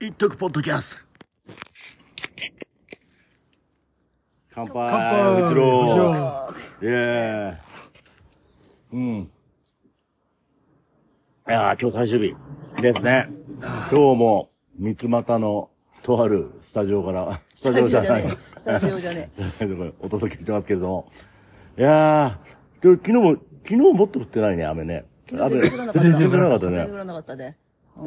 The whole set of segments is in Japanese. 一徳ポッドキャス乾杯乾杯うちろうイエーイうん。いやー、今日最終日ですね。今日も、三つ股のとあるスタジオから、スタジオじゃない、スタジオじゃねえ。 お届けしてますけれども。いやー、で昨日も、昨日もっと降ってないね、雨ね。昨日雨、全然降らなかった全然降らなかった全然降ね。らなかったね。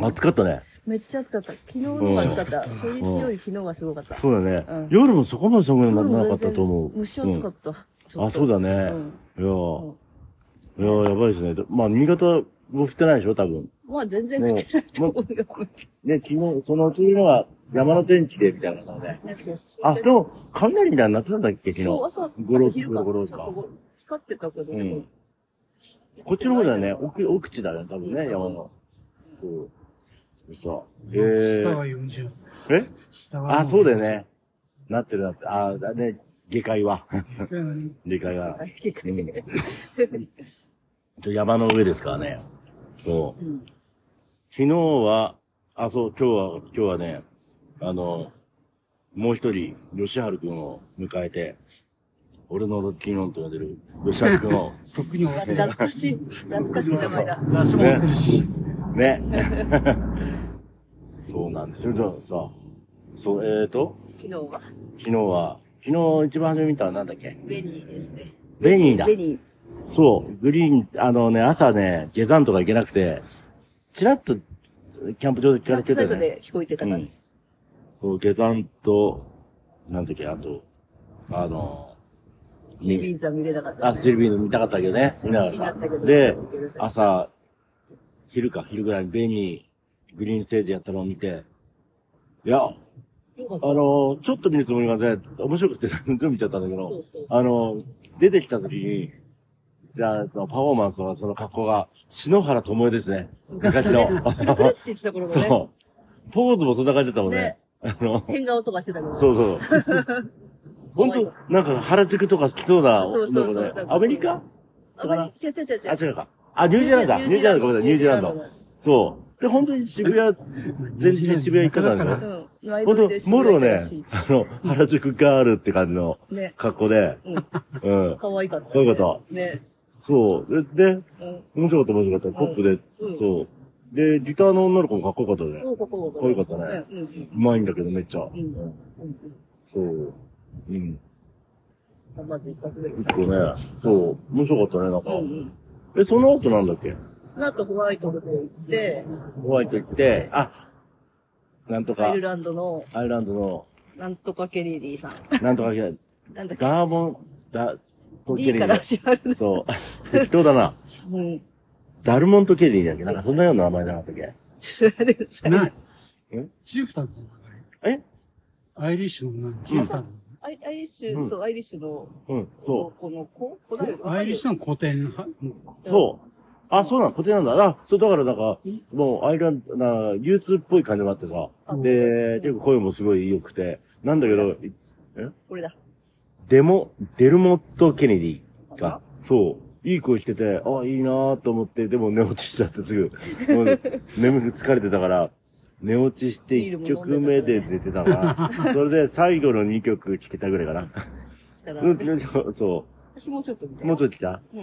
暑かったね。めっちゃ暑かった。昨日のが暑かった。それに強い昨日がすごかった。そうだね。うん夜もそこまで寒くならなかったと思う。虫暑かった。ちょっとあ、そうだね。いやー、いやーやばいですね。まあ、新潟は降ってないでしょ、多分。まあ全然降ってないと思うよ。ね、昨日、その次のは山の天気で、みたいなのね。あ、でも、も、雷みたいになってたんだっけ、昨日。そう朝、ゴロ朝昼ゴロゴロか。光ってたけど、うでもん。こっちの方だよね、奥、奥地だね、多分ね、山の。そう。嘘。え下ーは、40度です。え下は40あ、そうだよね。なってるなってる。あ、だね、下界は。 度。そういうのに下界は。大きくうんちょっと山の上ですからね。そう。うん昨日は、あ、そう、今日は、今日はね、あの、もう一人、吉春君を迎えて、俺のロッキンオンと呼んでる、吉春君を、とっくに終わってる。懐かしい、懐かしい名前だ。雑誌も持ってるし。ね。 そうなんですよ。じゃあさ、そう、えーと、昨日は。昨日は、昨日一番初めに見たのはなんだっけベニーですね。ベニーだ。ベニー。そう、グリーン、あのね、朝ね、下山とか行けなくて、ちらっと、キャンプ場で聞キかャれンてプサたイよトね。で聞こえてた感じ。そう、下山と、なんだっけ、あと、あの、チービーンズは見れなかったあ、ね。スチルビーの見たかったけどね。見な見かなっかたったけ。どで、朝、昼か、昼ぐらいにベニー、グリーンステージやったのを見て、いや、よかっあの、ちょっと見るつもりがね、面白くて、 全部見ちゃったんだけど、そうそうあの、出てきた時に、じゃあ、パフォーマンスは、その格好が、篠原智恵ですね。昔 の。た。くるって言ってた頃のね。そう。ポーズもそんな感じだったもんね。ねあの、変顔とかしてたけど。そうそう。 本当なんか原宿とか好きそうな、そうそうそうなんかねなんかそうアメリカあまり、違う違う違う違あ、う。違うか。あ、ニュージーランドだ。ニュージーランド、ごめんなさい、ニュージーランド。そう。で、本当に渋 谷、前日渋谷行ってたんでしょうん。アイ本ドル当で知り合もろいだねし、あの、原宿ガールって感じのね。格好で、うん。うん。可愛かったね。可愛かったね。そう。で、で、うん。面白かった面白かった。ポップで、うんそう。で、ギターの女の子もかっこよかったね。うんここここ可愛かったねうんうんうまいんだけど、めっちゃ。うんうんうんそう。うん。うん。まず一発目です結。構ね、そう。面白かったね、なんかう。んえ、その後なんだっけうん。あとホワイトの方行って、ホワイト行って、あ、なんとアかイル、ランドのアイルランドの、なんとかケネディさん。なんとか、ガなんだっーボン、ダ、とけ ?D から始まるね。そう。適当だな。うん。ダルモントケリーだっけなんかそんなような名前じゃなかったっけそれでさ、ない。えチーフタズの流れ。えアイリッシュのなんチーフタズ。アイアイリッシュ、うんそう、アイリッシュの、うん、そこの子、こだよアイリッシュの古典派、もうう。そう。あ、そうなの、固定なんだ。あ、そう、だからなんか、もう、アイランド、な、流通っぽい感じもあってさ。で、結構声もすごい良くて。なんだけど、これだ。デモ、デルモット・ケネディが、そう、いい声してて、あ、いいなぁと思って、でも寝落ちしちゃってす ぐ、もう眠く疲れてたから、寝落ちしてビー1ルも飲んでた曲目からねで寝てた から、それで最後の2曲聴けたぐらいかな。力うんそ私もうちょっと見て。う、もうちょっと来たうん。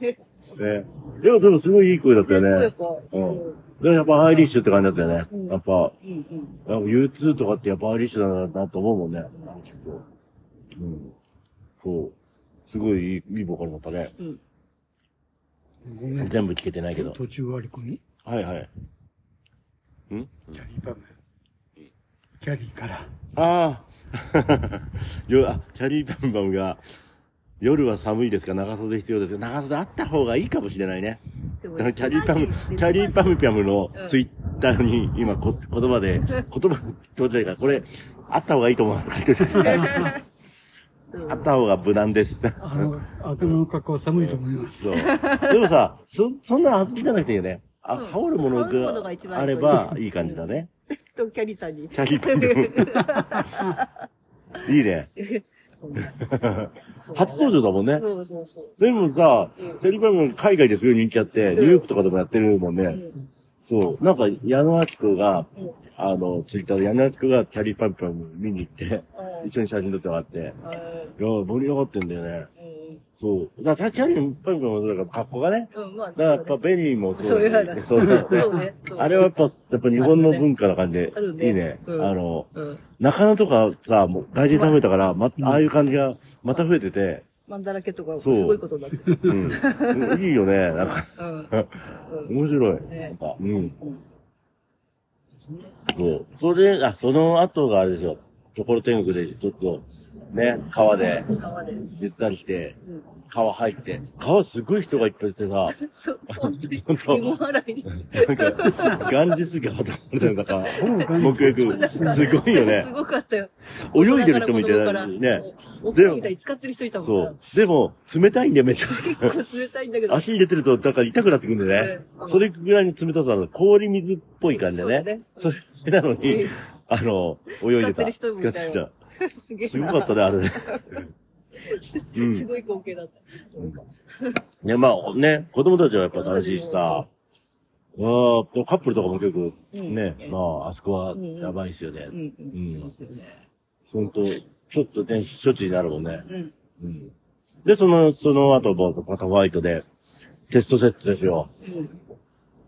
ね。いや、でもすごいいい声だったよやねっ。ぱうん。でもやっぱアイリッシュって感じだったよね。うんやっぱ、うんうん。やっぱ U2 とかってやっぱアイリッシュだなと思うもんね。きっとうん。そう。すごいいい、いいボーカルだったね。うん。ごめん。全部聞けてないけど。途中割り込みはいはい。キャリー場面。キャリーから。あ あ。よ、あ、キャリーバンバムが、夜は寒いですか長袖必要ですか長袖あった方がいいかもしれないね。でもだからキャリーパム、キャリーパムピャムのツイッターに今こ言葉で、言葉通じないから、これ、あった方がいいと思います。うんあった方が無難 です。あの、頭の格好は寒いと思います。そう。でもさ、そ、そんな小豆じゃなくていいよね。あ、うん羽織るも羽織るもののが一が番あればいい感じだね。とキャリー さんに。キャリーパン パン。いいね。初登場だもんね。そうそうそう。でもさう、んキャリーパンパン海外ですごい人気あって、ニューヨークとかでもやってるもんね。んそう。なんか、矢野明子が、あの、ツイッターで矢野明子がキャリーパンパン見に行って、うん一緒に写真撮ってもらって、いや、うん盛り上がってんだよね。そう。だから、キャリーパンパンもそうだから、格好がね。うん、まあ、だから、やっぱベリーもそうだよねそそうだよねそうね。そうあれはやっぱ、やっぱ日本の文化な感じである、ねいいね。あうんの、うん。中野とかさ、もう外人食べたから、ま、ああいう感じがまた増えてて、マンダラケとか、すそうごいことになってる。うん。 うんいいよね。なんか、うん。うん。面白い。ねなんか、うん。うんそう。それで、あ、その後があれですよ。ところ天国で、ちょっと、ね、川で、川で。ゆったりして、うん。川入って、川すごい人がいっぱいいてさ、そう、本当に。本当芋洗いに。なんか、元日川とかあるじゃん、なんか、うん目撃、すごいよね す。ごかったよ。泳いでる人もいて子供からね。。おで風も呂みたいに使ってる人いたもんそなう。。でも、冷たいんだよ、めっちゃ。結構冷たいんだけど。足入れてると、なんか痛くなってくるんだよねう。んそれぐらいの冷たさなの。氷水っぽい感じだね。そそうれなのにうん、あの、泳いでた。使ってる人みたいな使ってすげえたな。すごかったね、あれ ね。うんすごい光景だった。いや、まあね、子供たちはやっぱ楽しいしさ、うわーカップルとかも結構ね、うんまあ、あそこはやばいですよね。うんう。うんん。そうね。ほんと、ちょっとね、処置になるもんね。うん。うん。で、その、その後、またホワイトで、テストセットですよ。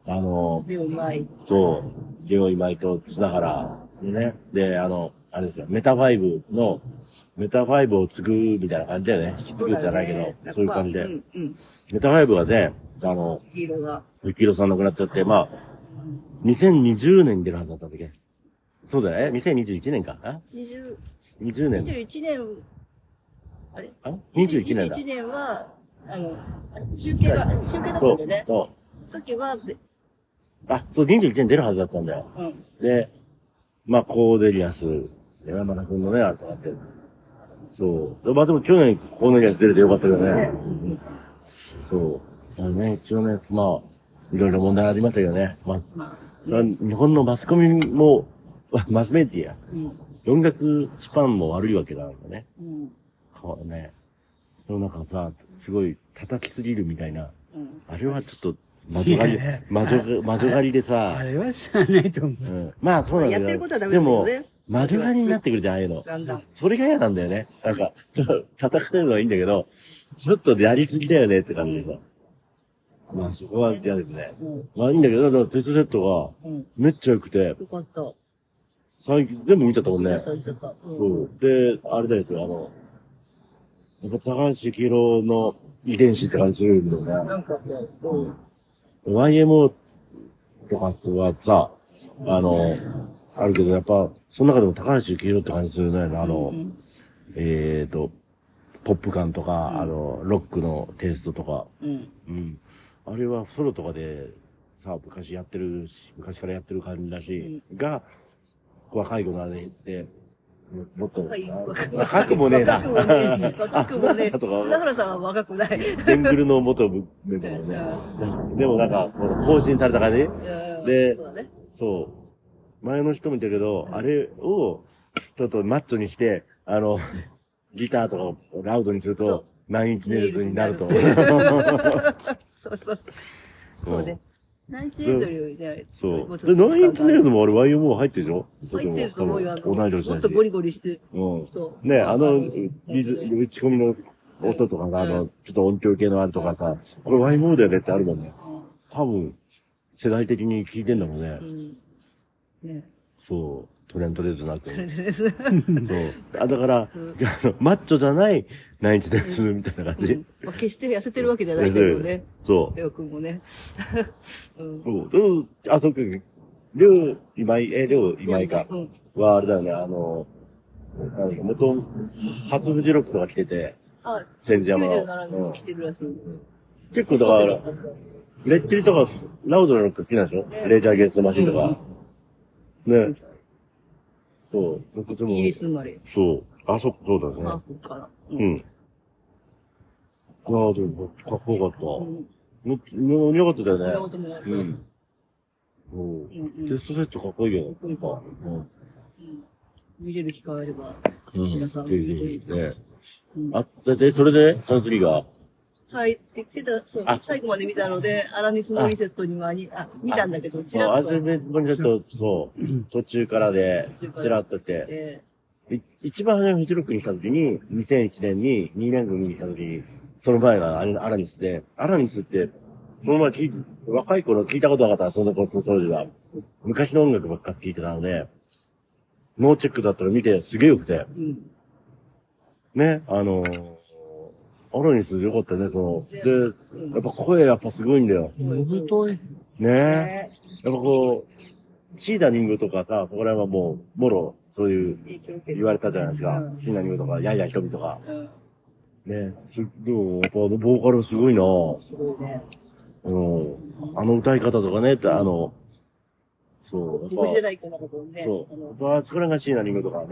うん。あの、でもうまい。そう、ゲオ今井と砂原でね。で、あの、あれですよ、メタファイブの、メタファイブを継ぐみたいな感じだよね。引き継ぐじゃないけど、そう,、いう感じで。うんうん。メタファイブはね、あの、黄色が。ゆきろさん亡くなっちゃって、まあ、2020年に出るはずだったんだっけそうだよね。2021年か。あ20 ?20 年。 21年、あれあ ?21 年だ。 21年は、あの、あれ中継が、中継だったそんうだよね。。そう。時は、であ、そう、21年出るはずだったんだよ。うん。で、まあ、コーデリアス、山田くんのね、あれとかって。そう。まあでも去年コーデリアス出れてよかったけどね。うんそう。あのね、一応ね、まあ、いろいろ問題ありましたけどね。まあ、まあ、それは日本のマスコミも、 マスメディア、うん。音楽スパンも悪いわけなんだね。うん。こうね。でもなんかさ、すごい叩きすぎるみたいな。うん。あれはちょっと、魔女狩りいやいや、魔女が、魔女狩りであさ、れは知らないと思う。うん。まあそうなんだやってることはダメでなんだよもね、魔女狩りになってくるじゃん、ああいうの。だんだん。それが嫌なんだよね。なんか、ちょっと叩かれるのはいいんだけど、ちょっとやりすぎだよねって感じでさ。まあそこは嫌ですね。うん。まあいいんだけど、だからテストセットうん。がめっちゃ良くて、よかった。よ最近全部見ちゃったもんかねっ。た、よかった。うんそう。で、あれですよ、あの、やっぱ高橋幸宏の遺伝子って感じするんだよね。なんかこう、うん。 YMO とかとはさ、あの、あるけど、やっぱ、その中でも高橋幸宏って感じするね。あの、うんえーと、ポップ感とか、うんあの、ロックのテイストとか、うん。うん。あれはソロとかで、さ、昔やってるし、昔からやってる感じだし、が、若い子のあれで、ももっと、若い若い若くもねえな。若くもねえ。若あくもねえ。砂原とか砂原さんは若くない。ベングルの元メンバーも ね。でもなんか、この更新された感じうんでそうだね。そう。前の人も言ったけど、あれを、ちょっとマッチョにして、あの、ギターとかをラウドにするそとう、ナインチネイルズになると。そうそうそう。そうね。ナインチネイルズよりね、そう。ちょで、っとナインチネイルズも俺 YMO 入ってるでしょ入ってると思うよ、あ多分同い年だし。もっとゴリゴリして。うんそ。うねああの、のリズ、打ち込みの音とかさ、あうんの、ちょっと音響系のあれとかさ、これ YMO だよねってあるもんね。多分、世代的に聞いてんだもんねう。ん。ねそう。トレントレズなく。それででそす。う。あ、だから、うんあのマッチョじゃない、ナインチネイルズみたいな感じ。まあ決して痩せてるわけじゃないけどね。そうレ。オくんもね。うん。そう。でも、あ、そうか。りょう、今井、え、りょう、今井かう。ん。は、あれだよね、あの、なんだっけ、元、初フジロックとか来てて、あ、千住山97の。うん年来てるらしい。結構だから、レッチリとか、ラウドのロック好きなんでしょレージャーゲーツマシンとか。ね。そう。僕でもイギリス生まれ。そう。あ、そっか、そうだハーね。フかな。う。ん。ああ、でも、かっこよかった。うもん。もう、よかったそんなよこね。ともなく。ううんん。そううんテストセットかっこいいよね。うん見れる機会あれば。うん。皆さんぜひぜひ。ね。うんあ、で、でそれで、その次が、はいって来てた、そうあ、最後まで見たので、アラニス・モリセットにもあり、あ、見たんだけど、ちそう、らアっルとゼは。ンチンちょっと、そう、途中からで途中、からちらっとて、えい一番初めフジロックに来た時に、2001年に2年組に来た時に、その前がアラアラニスで、アラニスって、その前聞い若い頃聞いたことなかった、その頃その当時は。昔の音楽ばっか聞いてたので、ノーチェックだったら見てすげえ良くて、えうん。ね、あのーアラニス良かったね、その、で、んやっぱ声やっぱすごいんだよ。のぶとい。ねねやっぱこう、シーダニングとかさ、そこら辺はもう、もろ、そういう、影響受け言われたじゃないですか。うんシーダニングとか、やいやひとみとか。うん。ね、すっごい、やっぱボーカルすごいなすごいね。うん。あの歌い方とかね、ってあの、そう、ここしてやっない子のことぱ、をね。そあう。やっのぱ、そこら辺がシーダニングとかね、っ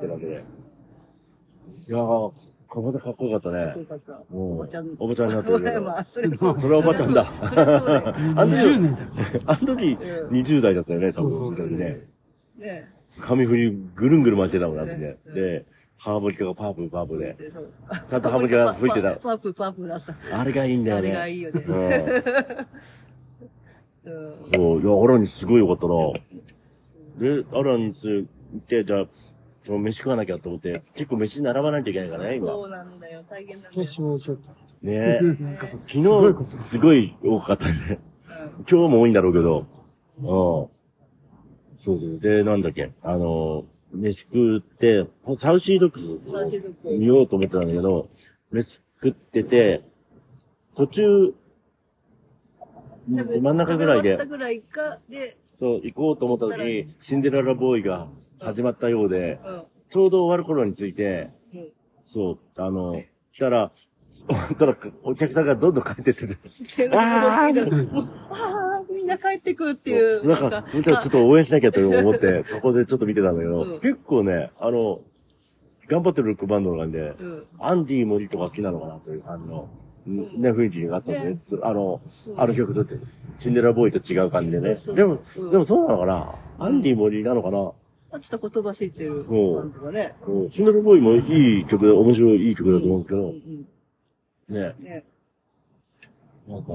てだけで。いやー、かまたかっこよかったかっこよね。かった。うんおばちゃん。おばちゃんになってる けどまあそれそうそれはおばちゃんだそれ はそうだよねあの時20年だよ。あの時、うん20代だったよね、多そう分、そうその時ね。え。髪振り、ぐるんぐる回してたもん、あの時ねう。んで、ハーモニカがパープパープで。でそう ちゃんとハムが吹いてた。パープパープだった。あれがいいんだよあれね。がいいよね。うん。うん。そう、いや、アラニスすごい良かったな。で、アラニス行って、じゃあ、その飯食わなきゃと思って、結構飯並ばないといけないからね、そ今。うなんだよ。大変なんだよ。私もちょっと。ね え。なんかねご昨い日、ことすごい多かったね。 うん今日も多いんだろうけど。うん。そうそう。で、なんだっけ。あの、飯食って、サウシードッグスサウシードッグ見ようと思ってたんだけど、飯食ってて、途中、真ん中ぐらい食でべ終わった、ぐらいか、で、そう、行こうと思った時に、シンデレラボーイが始まったようで、うん。ちょうど終わる頃について、うんそう、あの、来たら、終わったらお客さんがどんどん帰ってってて、あーもう あー、みんな帰ってくっていう。なんか、ちょっと応援しなきゃと思 って、そこでちょっと見てたんだけど、うん結構ね、あの、頑張ってるロックバンドなんで、うん。アンディ・森とか好きなのかなという感じの、んね、雰囲気があったんで、ねつあの、うんあの曲だって、シンデレラボーイと違う感じでねそうそうでそ。うも、うんでもそうなのかなアンディ・森なのかな、あちょっと言葉しいっていうそう感じがね。うんシンデレラボーイもいい曲で、面白いいい曲だと思うんですけうど、んねう、ん。ね。なんか、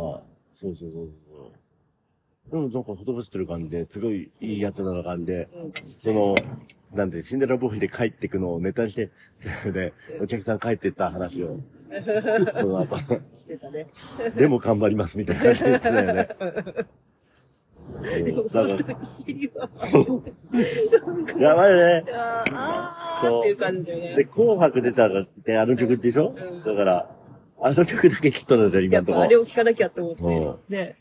そうそうそうそう。でもなんか、ほとばしってる感じで、すごいいいやつなの感じで、うん。その、なんで、シンデレラボーイで帰ってくのをネタにして、 で、お客さん帰ってった話 を、その後、してたね。でも頑張りますみたいな感じで言ってたよね。 でもだ本か当に死には。ら、やばいね。あーあーっていう感じだよねで、。紅白出たってあの曲でしょ、うんだから、あの曲だけヒットなんだよ、今やのっとぱこあれ。を聞かなきゃと思うって。ね。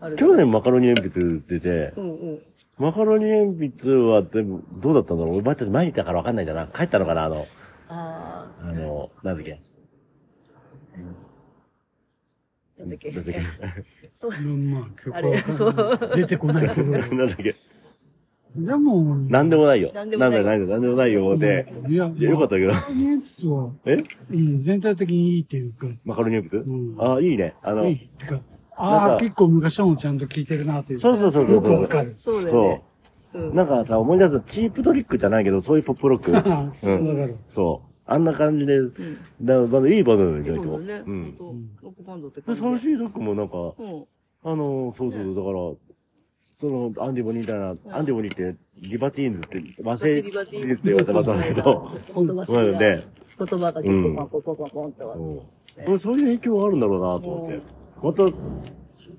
ある去年マカロニ鉛筆出て、うんうん。マカロニ鉛筆はでも、どうだったんだろうお前たち前にいたからわかんないんだな。帰ったのかなあの、ああ、あの、なんだっけなんだっけ。なんだっそう。まあ、曲あれ、そはう。出てこないけど。け なんだっけでも、なんでもないよ。なんでもないなんだよ、なんでもないよ。で、いや、いやよかったけど。マカロニえんぴつは、えうん、全体的にいいっていうか、マカロニ鉛筆、うんああ、いいね。あの、いいってか、なんあかあ、結構昔のもちゃんと聞いてるなっていう。そうそうそうそうよくわかる。そうだよそね。う。うんなんかさ、思い出すチープドリックじゃないけど、そういうポップロ ッわかク。うん。る。そう。あんな感じで、だまだいいバンドだよね、意そう外だと。よね。う本ん。当ロックバンドってで、感じ。サウシードッグもなんか、うん。あの、そうそうそう、だから、その、アンディ・ボニーだな、アンディ・ボニーって、リバティーンズって、和製リバティーンズって言われたバンドなんだけど、言葉そうだよ ね。言葉が結構ポンポンポンポンうと。ん俺そういう影響があるんだろうなと思って。また、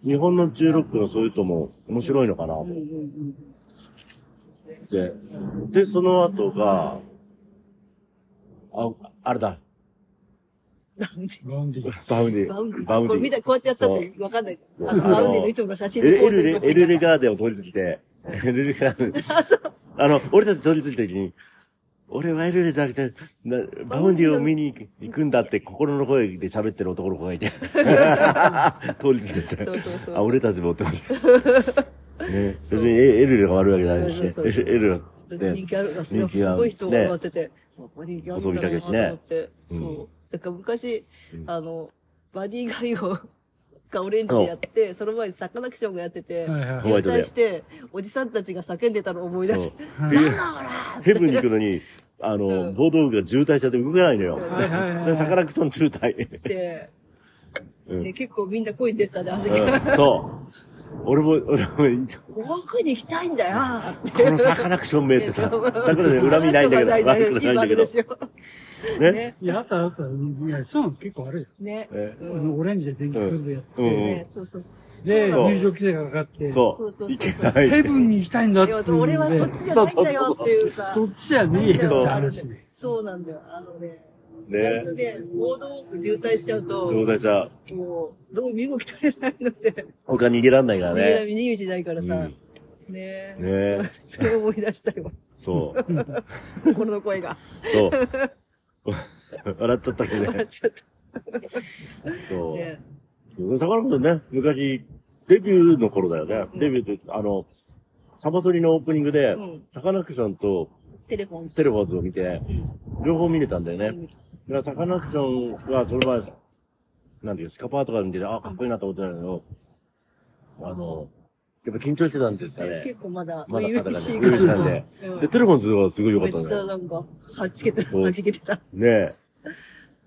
日本の中ロックのそういうとも面白いのかなとうんう思んっうん。て。で、その後が、あ、あれだ、ロンディ。 バウンディ。バウンディ。バウンこれ見ディ。た、こうやってやったってわかんない。そうあの、あのバウンディのいつもの写真エル、エルレ、エルレが。ガーデンを通り過ぎ て、エルレガーデン。あの、俺たち通り過ぎた時に、俺はエルレじゃなくて、なバウンディを見に行く行くんだって心の声で喋ってる男の子がい て。通り過ぎてっちゃそうそうそうあ、俺たちもってました。ね、別にエエルレが悪いわけじゃないし、そうそうそエうルエルレ人気あるす人気がごい人が回ってて、ここに人気あるんだ遊びたけなと思って。しねそう。だから昔、あの、バディガリオがオレンジでやって、その前にサカナクションがやってて、はいはいホワ渋イトで滞して、おじさんたちが叫んでたのを思い出そしうて、。はいヘブンに行くのに、あの、うん暴動部が渋滞しちゃって動かないのよ。はいはいはいでサカナクション渋滞。して、うんで結構みんな声出たね、あの時。うん、そう。俺も、俺もいいと、奥に行きたいんだよって。このサカナクション名ってさ、サそうクラで恨みないん だけど、恨悪みないんだくけないどんだけどいいわけで。すよ。ね。いや、あったあった。いや、そうなの結構あるじね。ねゃん。あの、オレンジで電気プールやって、うんねそうそうそう。で、そう入場規制がかかって、そうそそうう。そういけない。ヘブンに行きたいんだっいていや、うんそで。う俺はそっちじゃないんだよっていうさ。そっちやねえよってあるしね。そうなんだよ。あのね、ね本当。ね、暴動多く渋滞しちゃうと、そうだじゃあ、もう、どう身動き取れないので、他逃げらんないから逃げらね。逃げ道ないからさ、うねんえ。ねえ それを思い出したよ、そう。心の声が。 そう。笑っちゃったけど笑っね。 ちょっそとう。ね。さかなクションね、昔、デビューの頃だよね。うんデビューって、あの、サバソリのオープニングでうん、サカナクションとテレフォンしてテレフォーズを見て、両方見れたんだよね。だからサカナクションは、その前、なんていうか、スカパーとか見てて、あ、かっこいいなと思ってたんだけど、あの、やっぱ緊張してたんですかねね結。構まだ、まだ初肩々がしね、用い感意じしたんで。で、テレフォンズはすごい良かめっったんちだゃよ。なんか、はじけてた、そうはじけてた。ねえ。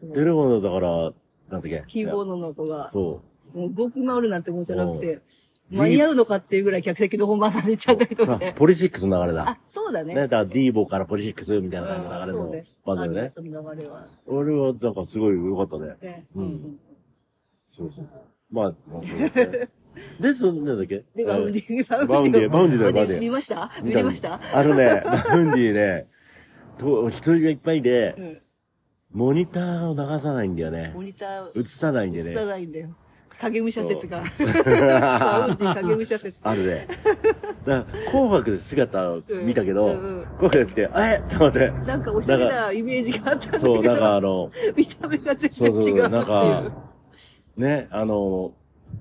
うんテレフォンだから、なんだっけ。キーボードの子が、そもう5分回るなんてもんじゃなくて、うん間に合うのかっていうぐらい客席の本番まで行っちゃったりう。とさかね、。ポリシックスの流れだ。あ、そうだね。ね、だからディーボからポリシックスみたいなうん感じそのう流れねのバンドよあるね。その流れは。俺はなんかすごい良かったね。ね。ううんん。そうそう。まあ、まあそうです ねで、そんなんだっけで、バウンディ、うんバウンディ、バウンディだよ、バウンディ見。ました見たれましたあのね、バウンディね、と人がいっぱいでう、ん。モニターを流さないんだよねモ。ニター映さないんで映さね。ないんだよ。影武者説が。バウンディ影武者説。あるね。だから紅白で姿を見たけど、うんうんうん紅白で来て、あれちょっと待っなんかおしゃれなイメージがあったんだて。けど。そう、なんかあの、 見た目が全そう然違うそうってそ、いうう。なん か、ね、あの、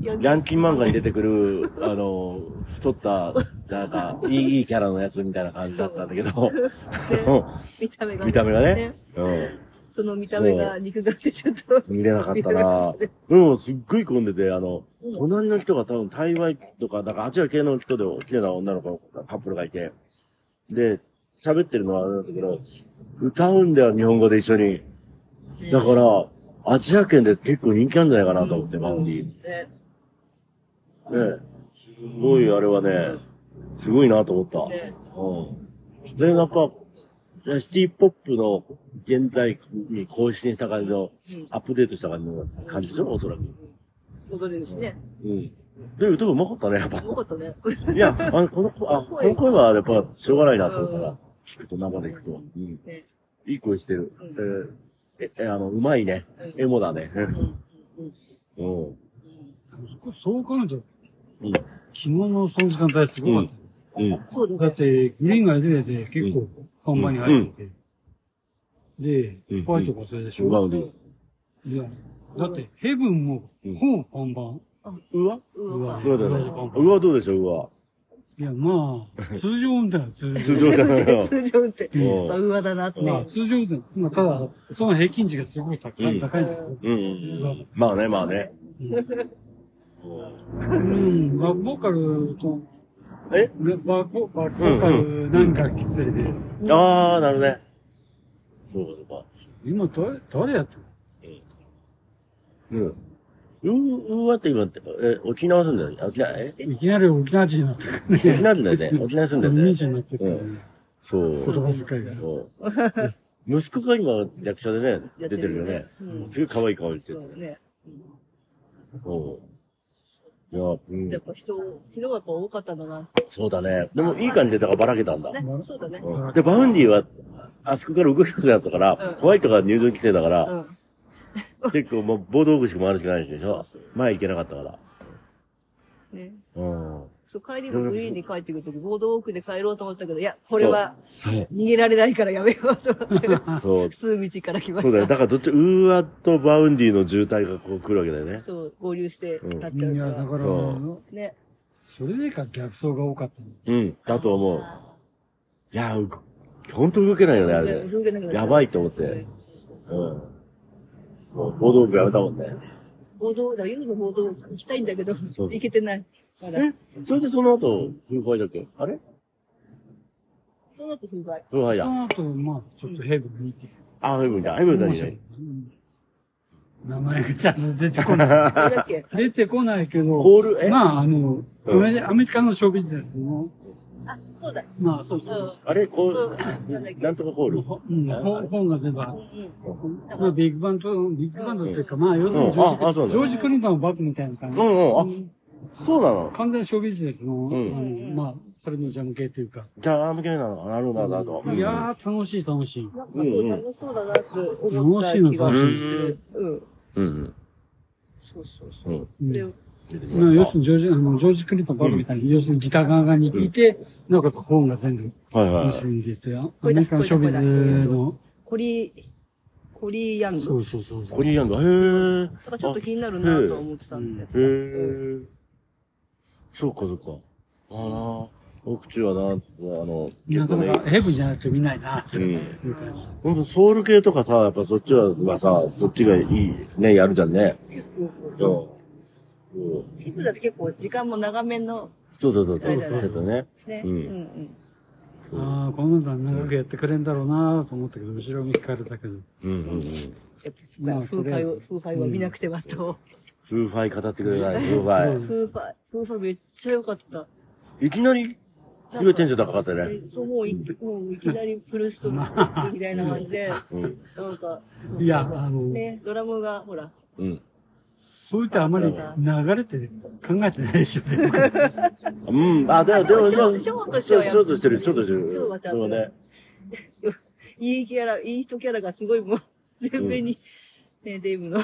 ヤンキン漫画に出てくる、あの、太った、なんか、いい、いいキャラのやつみたいな感じだったんだけど、見た目が。見た目がね、 うん、その見た目が肉がってちょっと。見れなかった見れなかったねでも、すっごい混んでて、あのうん、隣の人が多分、台湾とか、なんか、アジア系の人で、綺麗な女の子、カップルがいて、で、喋ってるのはあれなんだけど、歌うんだよ、日本語で一緒に。だから、アジア圏で結構人気あるんじゃないかなと思って、バウンディ。ねねすごいあれはね、すごいなと思った。ねうん。で、やっぱ、シティポップの現在に更新した感じの、うんアップデートした感じの感じでしょ、おそらく。ご存知ですね。うん。で、歌うまかったね、やっぱ。よかったね。いや、あの、この声、あ、この声はやっぱ、しょうがないなと思ったうら、聞くと、生で聞くと。うん。ねいい声してるうん。でえ、えあの、うまいね。うんエモだね。うんうんうんうん。そう彼女、昨うん。日のその時間帯すごかった。うん。そうですだっね。て、グリーンが出てて、結構、本番に入ってて。うんで、ホワイトがそれでしうわ、ょ。ういや、だって、ヘブンもうん、本本番。わうわうわだよね。うわ、どうでしょう、う わ。いや、まあ、通常運転は通通常。常だよ。通常運転。うんまあ、うわだなって。まあ、通常運転。まあ、ただ、その平均値がすごい高うんい、高いんだけど。うんうん。まあね、まあね。うん、まあ、ボーカルと、えねまあ、ボボーカルなんか失礼で、ああ、なるね。そうか、そうか。今誰、誰やってうるん。う、うわって今って、え、沖縄住んでる沖縄、えのいきなり沖縄人になってるね。沖縄住んでる ね。沖縄住んで耳る人ね。になってるからね。そう。言葉遣いが。そう。息子が今、役者でね、出てるよね。すごい可愛い顔してそる。うね。そう。いや、うんやっ。ぱ人、人がやっぱ多かったんだな。そうだね。でも、いい感じで、だからばらけたんだ。ね、そうだね。うんで、バウンディは、あそこから動けなくなったから、うんホワイトが入場規制だから、うん。結構もう暴動口しか回るしかないしでしょそうそ前行けなかったから。ね。うん。そう、帰りもグリーンに帰ってくるとき、ボードウォークで帰ろうと思ったけど、いや、これはそう。逃げられないからやめようと思って、 そう普。通道から来まそうだよ。しだからどっち、ウーアとバウンディの渋滞がこう来るわけだよた。ね。そう、合流して、なっいちゃうや、かだら。から、そね。それでか逆走が多かったの。うん。だと思う。いや、うほんと動けないよね、あれね。動けなくなっちゃうやばいと思って。うねん。そうそうそうそう暴動口やめたもんね。暴動、だから夜の暴動行きたいんだけど、そう行けてない。まだ。えそれでその後、フーファイだっけあれその後不具合。フーファイそだ。の後、まあ、ちょっとヘブンに行って。あ、ヘブンだ。ヘブンだ、面に白いね。うん名前がちゃんと出てこない。なんだっ け出てこないけホど、ール、え、まあ、あの、アうんメリアメリカの食事ですの。あ、そうだ。まあ、そううそう。あれ、こうんう、なんとかホーうんル。ほうんほん本が全部あるん。うん。まあ、ビッグバンド、ビッグバンドっていうか、まあ、要するにジョージうんああそうだねジョージ・クリントンのバッグみたいな感じう。んうん、あ、そうなの。完全ショービジネスの、んうんまあ、それのジャム系というか。じゃあ、向けなのかな、るなだと。いやー、楽しい楽しい。なんかそう、楽しそうだなって思った気がする。うん。うんそうそううそん。うう。ん。で、うん出てきまあ、ま要しするにジョージ、あの、ジョージ・クリントンのバッグみたいに、要するにギター側がにいて、なおかつ本が全部、た。はいはい一緒に出て、アメリカのショービジの、コリ、コリヤンそグ。うそうそうそコう。リアンド、へー。だからちょっと気になるなとは思ってたんでへ。ー。そうか、そうか。ああな、奥地はな、あの、な結か構ねなか、、ヘブじゃなくて見ないな、ってういん。う感じ。ほんとソウル系とかさ、やっぱそっちは、まあさ、そっちがいい、ね、やるじゃんね。うん。うん気分だと結構時間も長めの、そうそうそう、そそううだねそうだね。ね。ううんんうん。ああ、この段長くやってくれんだろうなと思ったけど、後ろに聞かれたけど。うんうんうん。やっぱ、風ファイを、風ファイは見なくてはと。フーファイ語ってくれない、フーファイ。風ファイ、風ファイめっちゃ良かった。いきなり、すごいテンション高かったね。そう、もうい、もういきなりプルーストみたいな感じで、うん。なんか、そういや、あの、ね、ドラムが、ほら、うん。そういったあまり流れて考えてないでしょ、ね、うん。あ、だよ、でも、でもショートシショョートしてるートしてる、ショートしてる。ショートはちゃんそとうね。いいキャラ、いい人キャラがすごいもう、全面に、ね、デイブの。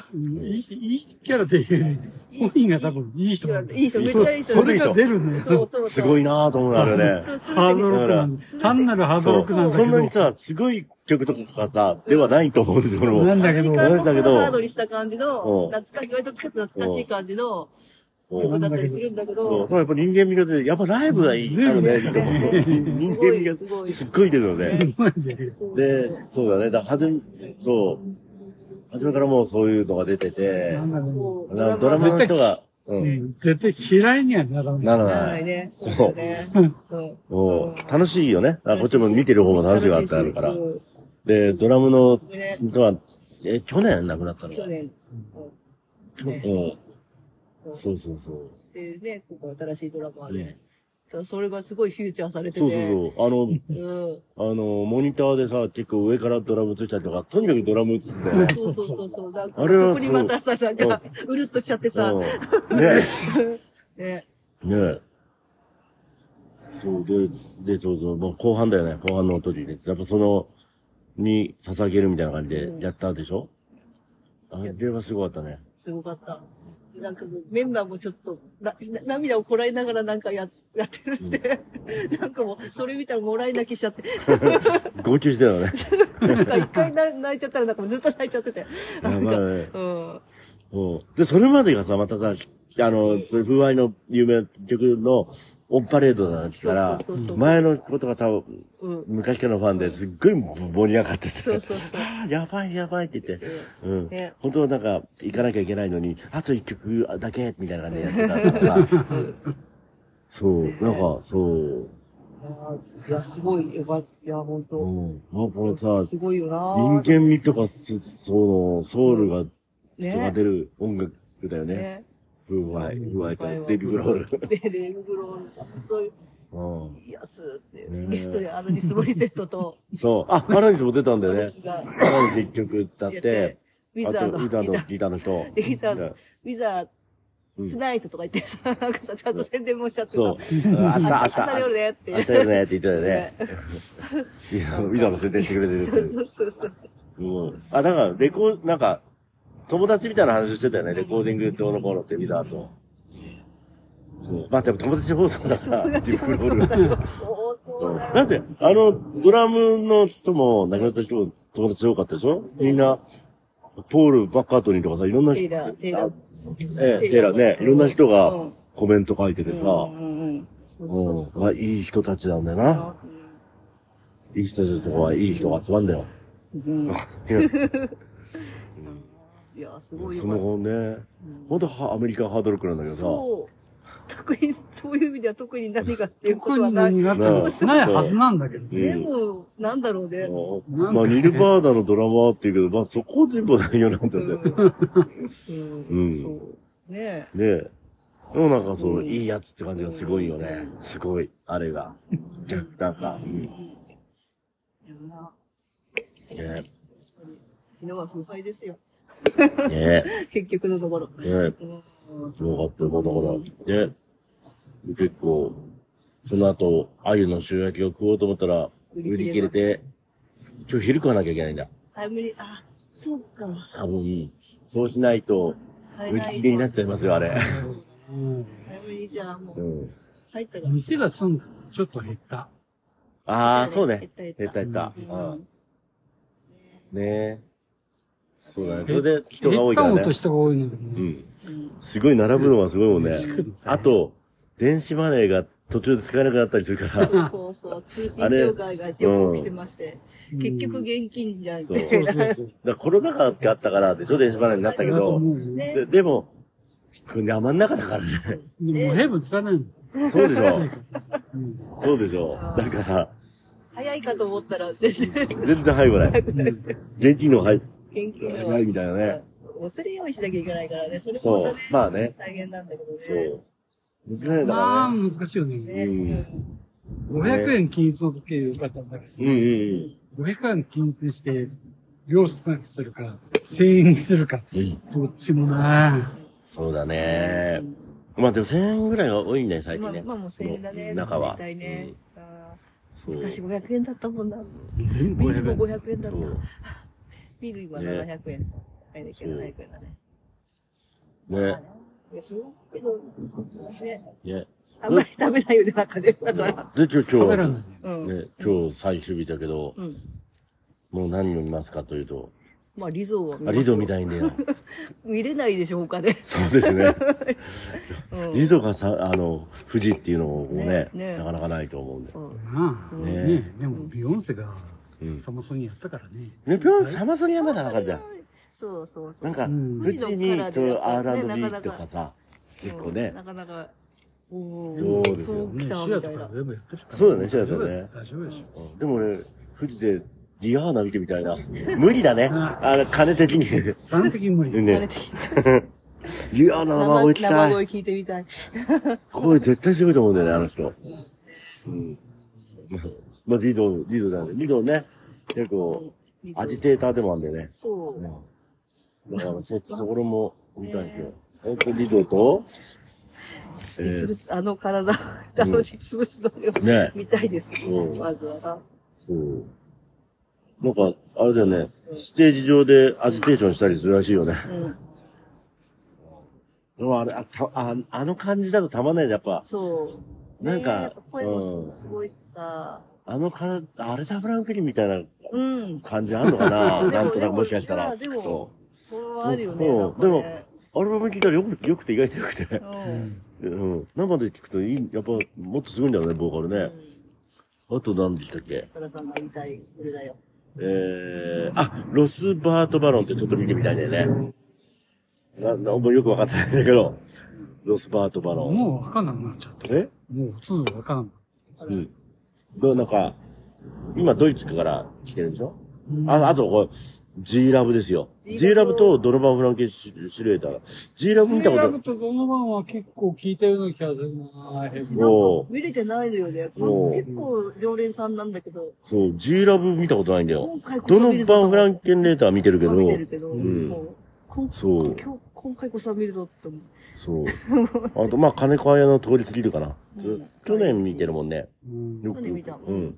いい人いい人キャラでいうより、本人が多分いい人なんだいい人、めっちゃいい人。それが出るんだよ。そうそうそう。すごいな。なぁと思うな、あれね。ハードロックなんだ単なるハードそロックなんう。だそんなにけさ、すごい曲とかさ、ではないと思うんですよ、俺ど、なも。んだけど、アメリカだけのどハードにした感じうんの、懐かしい、割と近く懐かしい感じのうん曲だったりするんだそけう、ど、そうやっぱ人間味が出て、やっぱライブがいい。出るねあの人間味がすごいすっごい出るのね。すごい出るよ。そうで、そうだね。だはじめ、そう。初めからもうそういうのが出ててな、んだろそうなドラムの人が、うう。ん、ね絶対嫌いにはならない。ならならなないい。ね。そうそうだね。うんもう楽しいよね。 あこっちも見てる方も楽しいがあってあるからう。んで、ドラムのね人は、え、去年亡くなったの去年。うんねうん。そうそうそう。でね、ここ新しいドラマうんで。だからそれがすごいフューチャーされてて。そうそうそう。あの、うんあの、モニターでさ、結構上からドラムついたりとか、とにかくドラム映ってたよね。そうそうそうそう。なんかあれはそこにまたさ、なんか、うるっとしちゃってさ、うんねね、ねえ。そう、で、で、そうそう、もう後半だよね、後半の音にね。やっぱその、に捧げるみたいな感じでやったでしょ、あれはすごかったね。すごかった。なんかもうメンバーもちょっとな、な涙をこらえながらなんかややってるって、 なんかもう、それ見たらもらい泣きしちゃって、号泣してたよ ね。なんか一回な泣いちゃったらなんかもうずっと泣いちゃってて、やなんばいか、ね。うん。そうで、それまでがさ、またさ、あの、そういう風合いの有名な曲のオンパレードだったからそうそうそうそ、う前のことが多分、うん。昔からのファンですっごい盛り上がってて。そうそうそう。あー やばいやばいって言って。うん。ね本当はなんか、行かなきゃいけないのに、あと一曲だけ、みたいな感じでやってたから。そう、なんか、そう。いや、すごいよかった。いや、本う当ん。なんかこのさ、すごいよ人な間味とか、すその、ソウルが、人がね出る音楽だよね。ね。ふわい、ふわいと風合いはデビューグロール。で、レイブグローン、そういううん。いいやつっていう、ねゲストでアルニス・モリセッ トと、そう。あ、アラニスも出たんだよアルニねス。がアラニス一曲歌っやってて、、ウィあザと、ーウド、ィザードウギターの人。ィザード、ウィザーうド、んトゥナイトとか言っ てさ、なんかさ、ちゃんと宣伝もしちゃってさ、そう。あった、あった。明日の夜ねって明日の夜ねって言ってたよね。いや、ウィザード宣伝してくれてるって そ。うそうそうそうそう。うん。あ、だから、レコー、なんか、友達みたいな話してたよね。レコーディングどうの頃って、ウィザード。そう。まあ、でも友達放送だ から、ディープロール。おーそうだよだって、あの、ドラムの人も、亡くなった人も友達多かったでしょみんな、ポール・バッカートニーとかさ、いろんなテイ人、ラー、テイラー。ええ、テイラーね、いろんな人うがんコメント書いててさ、うんうんうん。そうそううんそまあ、いい人たちなんだような。いい人たちとかはいい人が集まんだよ。うんうんいやいや、すごいよそかっのね、ほんとはアメリカハードロックなんだけた。どそう。特に、そういう意味では特に何がっていうこ特とはにない。何があってもそうないはずなんだけどうね。んでも、なんだろうね。まあまあ、ニルバーダのドラマーっていうけど、まあ、そこでもないよな、ってう思って。ん。ううんんそう。ねで、でもなんかその、うんいいやつって感じがすごいよね。すごい、あれが。なんか、うんえ。いやね昨日は不敗ですよ。え、ね結局のところ。え、ねうんえ、よかったよ、まだまだ。で、結構、その後、鮎の塩焼きを食おうと思ったら、売り切れて、今日昼食わなきゃいけないんだ。タイムリー、あ、そうか。多分、そうしないと、買え売りない切れになっちゃいますよ、あれ。うんタイムリーじゃあもうう、ん。入ったから。店がそんちょっと減った。ああ、そうね。減減っったた減った。うんうんねえ。そうだね。んそれで人が多いから減ね。った方と人が多いのでうね。ん。すごい並ぶのがすごいもんね地。区のあ、と、電子マネーが途中で使えなくなったりする から。そうそう、通信障害がよく起きてまして、結局減っ現金じゃん。そうた。そうそうそだかうらコロナ禍があったからでしょ電子マネーになったけなんかど。もうねねででも、これ山ん中だから ね。もうヘブンつかないの。そうでしょうんそうでしょだから、早いかと思ったら、全然、全然入らない。うん現金の方が入現金らないみたいなね。お釣り用意しなきゃいけないからね、それもまそたうね。、まあね。大変なんだけどね。そう。難しいんだまかあ、らね。難しいよね。ね。 500円均一の時計よかったんだけうんうんうん。ど、500円均一にして、量少なくするか、1000円にするか、うん。どっちもなそうだね。まあでも1000円ぐらいが多いんだよ、最近まあ、ね。まあもう1000円だね。中は。大体ね。あうーん昔500円だったもんな。全部ビール500も円。 500円だっそた。う。ビール今ね700円。あれだけど700円だね。そう。ね。いや、そうけど、ね、ね。あんまり食べないよね、中で。だから。で、今日、今カメ日ラは、なんだよ。うん。ね、今日最終日だけど、うん。もう何を見ますかというと、まあ、リゾーは見まあ、すよリゾ見たいんだよ。見れないでしょ、他で。そうですね。うんリゾがさ、あの、富士っていうのもね、ねねなかなかないと思うんで。うんなあ、うんねねでもビヨンセがうん。サマソニーやったからね。ね、ぴょん、サマソニアまだわかるじゃん。そうそうそう。なんか、うん富士に、その富士のカラーで R&B なかなかとかさ、結構うんね。なかなか、おそうですよそうね来シたアみとたいかな。全部やってるから。そうだねシアとね大丈夫でしょ。でも俺、富士でリハーナ見てみたいな。無理だね。あの、金的に。三的に無理。慣れね。てきたリハーナ生声聞き生たい。声聞いてみたい。声絶対すごいと思うんだよね、あの人。うん。まあまあ、リゾ、リゾなんで。リゾね、結構、アジテーターでもあるんだよね。そう。だから、そっち、そこらも見たいですよ。えっと、リゾと、えー、実物、あの体、あの実物のようね見たいです。うんまずはそう。なんか、あれだよね、ステージ上でアジテーションしたりするらしいよね。な。うん。でもあれ、あ、たああの感じだとたまんないね、やっぱ。そう。なんかねえ声もすごいしさ。あのから、アルサフランクリンみたいなうん。感じあんのかな でなもんとでなくももしかしたいら。やでもそうそれはあるよね。うんなんかねアルバム聴いたらよく、よくて意外とよくて。 うん。うん。生で聴くといい、やっぱ、もっとすごいんだよね、ボーカルね。あと何でしたっけトラさんが見たい、これだよ。えー、あ、ロスバート・バロンってちょっと見てみたいんだよね。な、なんもよくわかってないんだけど、ロスバート・バロン。もうわかんなくなっちゃった。えもうほとんどわかんうん。どなんか、今ドイツから来てるでしょない。あ、あと、これ、G ラブですよ。 G G ラブラブとドルバン・フランケンシシュレーター。G ラブ見たこラとブとドノバンは結構聞いたような気がするなヘブン。も見れてないのよね。おー結構常連さんなんだけど、う、そう、G ラブ見たことないんだよ。今回こドそノ見るぞバとン・フランケン・レーター見てるけど、見てるけど、うんもうこんそう今日今回こそは見るぞって思う。 そう。あと、まあ、金子綾の通り過ぎるかな。うん去年見てるもんね。うんよ去年見たうん。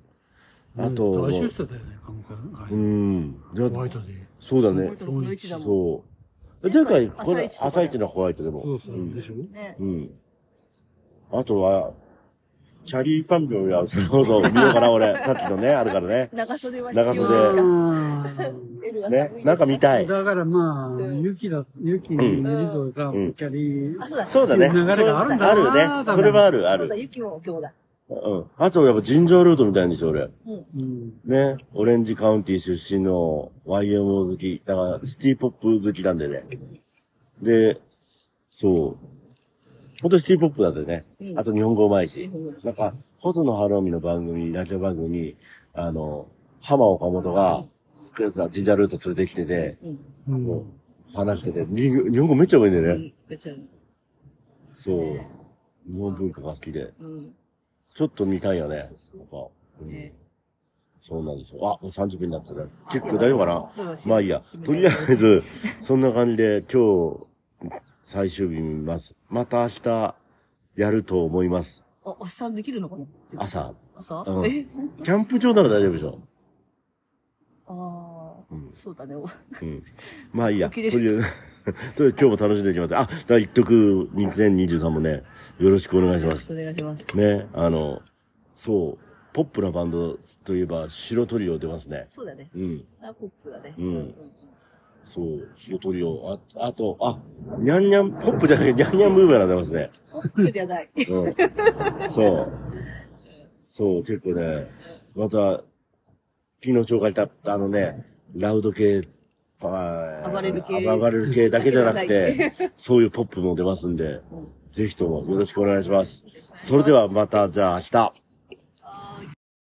あと大、出世だよね、韓国。はういん。いやホワイトで。そうだこねれ。とこの位置だもん。そう。え前回、これ朝一と、かね朝一のホワイトでも。そうそうう。んでしょねう。ん。あとは、チャリーパンピョンや、そうそう、見ようか な、俺。さっきのね、あるからね。長袖は必要です長袖 うかんエルは寒いね。なんか見たい。だからまあ、うんユキだ、ユキにメリゾーがうんキャリーあ、、そうだ。そうだね。流れがあるそんだなうあるね。多分それはある、あそうだ、る。雪も今日だ。うん。あと、やっぱ、ジンジャールートみたいんですよ、俺。うん。うん、ね、オレンジカウンティ出身の YMO 好き、だからシティポップ好きなんでね。で、そう。ほんとシティポップだったよね。うんあと日本語うまいしうん。なんか、細野晴臣の番組、ラジオ番組に、あの、浜岡本が、ジンジャールート連れてきてて、うん。うんもう話してて、に日本語めっちゃ多いんだうよね。ん。めっちゃうん。そう。日本文化が好きで。うん。ちょっと見たいよね。なんか、うんねそうなんですよ。あ、もう30分になってたら。結構大丈夫かなうんまあいいや。とりあえず、そんな感じで今日、最終日見ます。また明日、やると思います。あ、おっさんできるのかな朝。朝うんえ、ほんとキャンプ場なら大丈夫でしょ。あうんあ、そうだね。うん。まあいいや。起ときりあれえず、と りあえず今日も楽しんでいきます。あ、だから一徳2023もね、よろしくお願いしよまろしす。くお願いします。ね、あの、そう、ポップなバンドといえば、白トリオ出ますね。そうだね。うん。あ、ポップだね。うんそう、白トリオ。あ、あと、あ、ニャンニャン、ポップじゃない、ニャンニャンムーブラー出ますね。ポップじゃない。うん。そう。そう、結構ね、また、昨日紹介した、あのね、ラウド系、あー暴れる系暴れる系だけじゃなく て、そういうポップも出ますんで、ぜひともよろしくお願いします。それではまた、じゃあ明日。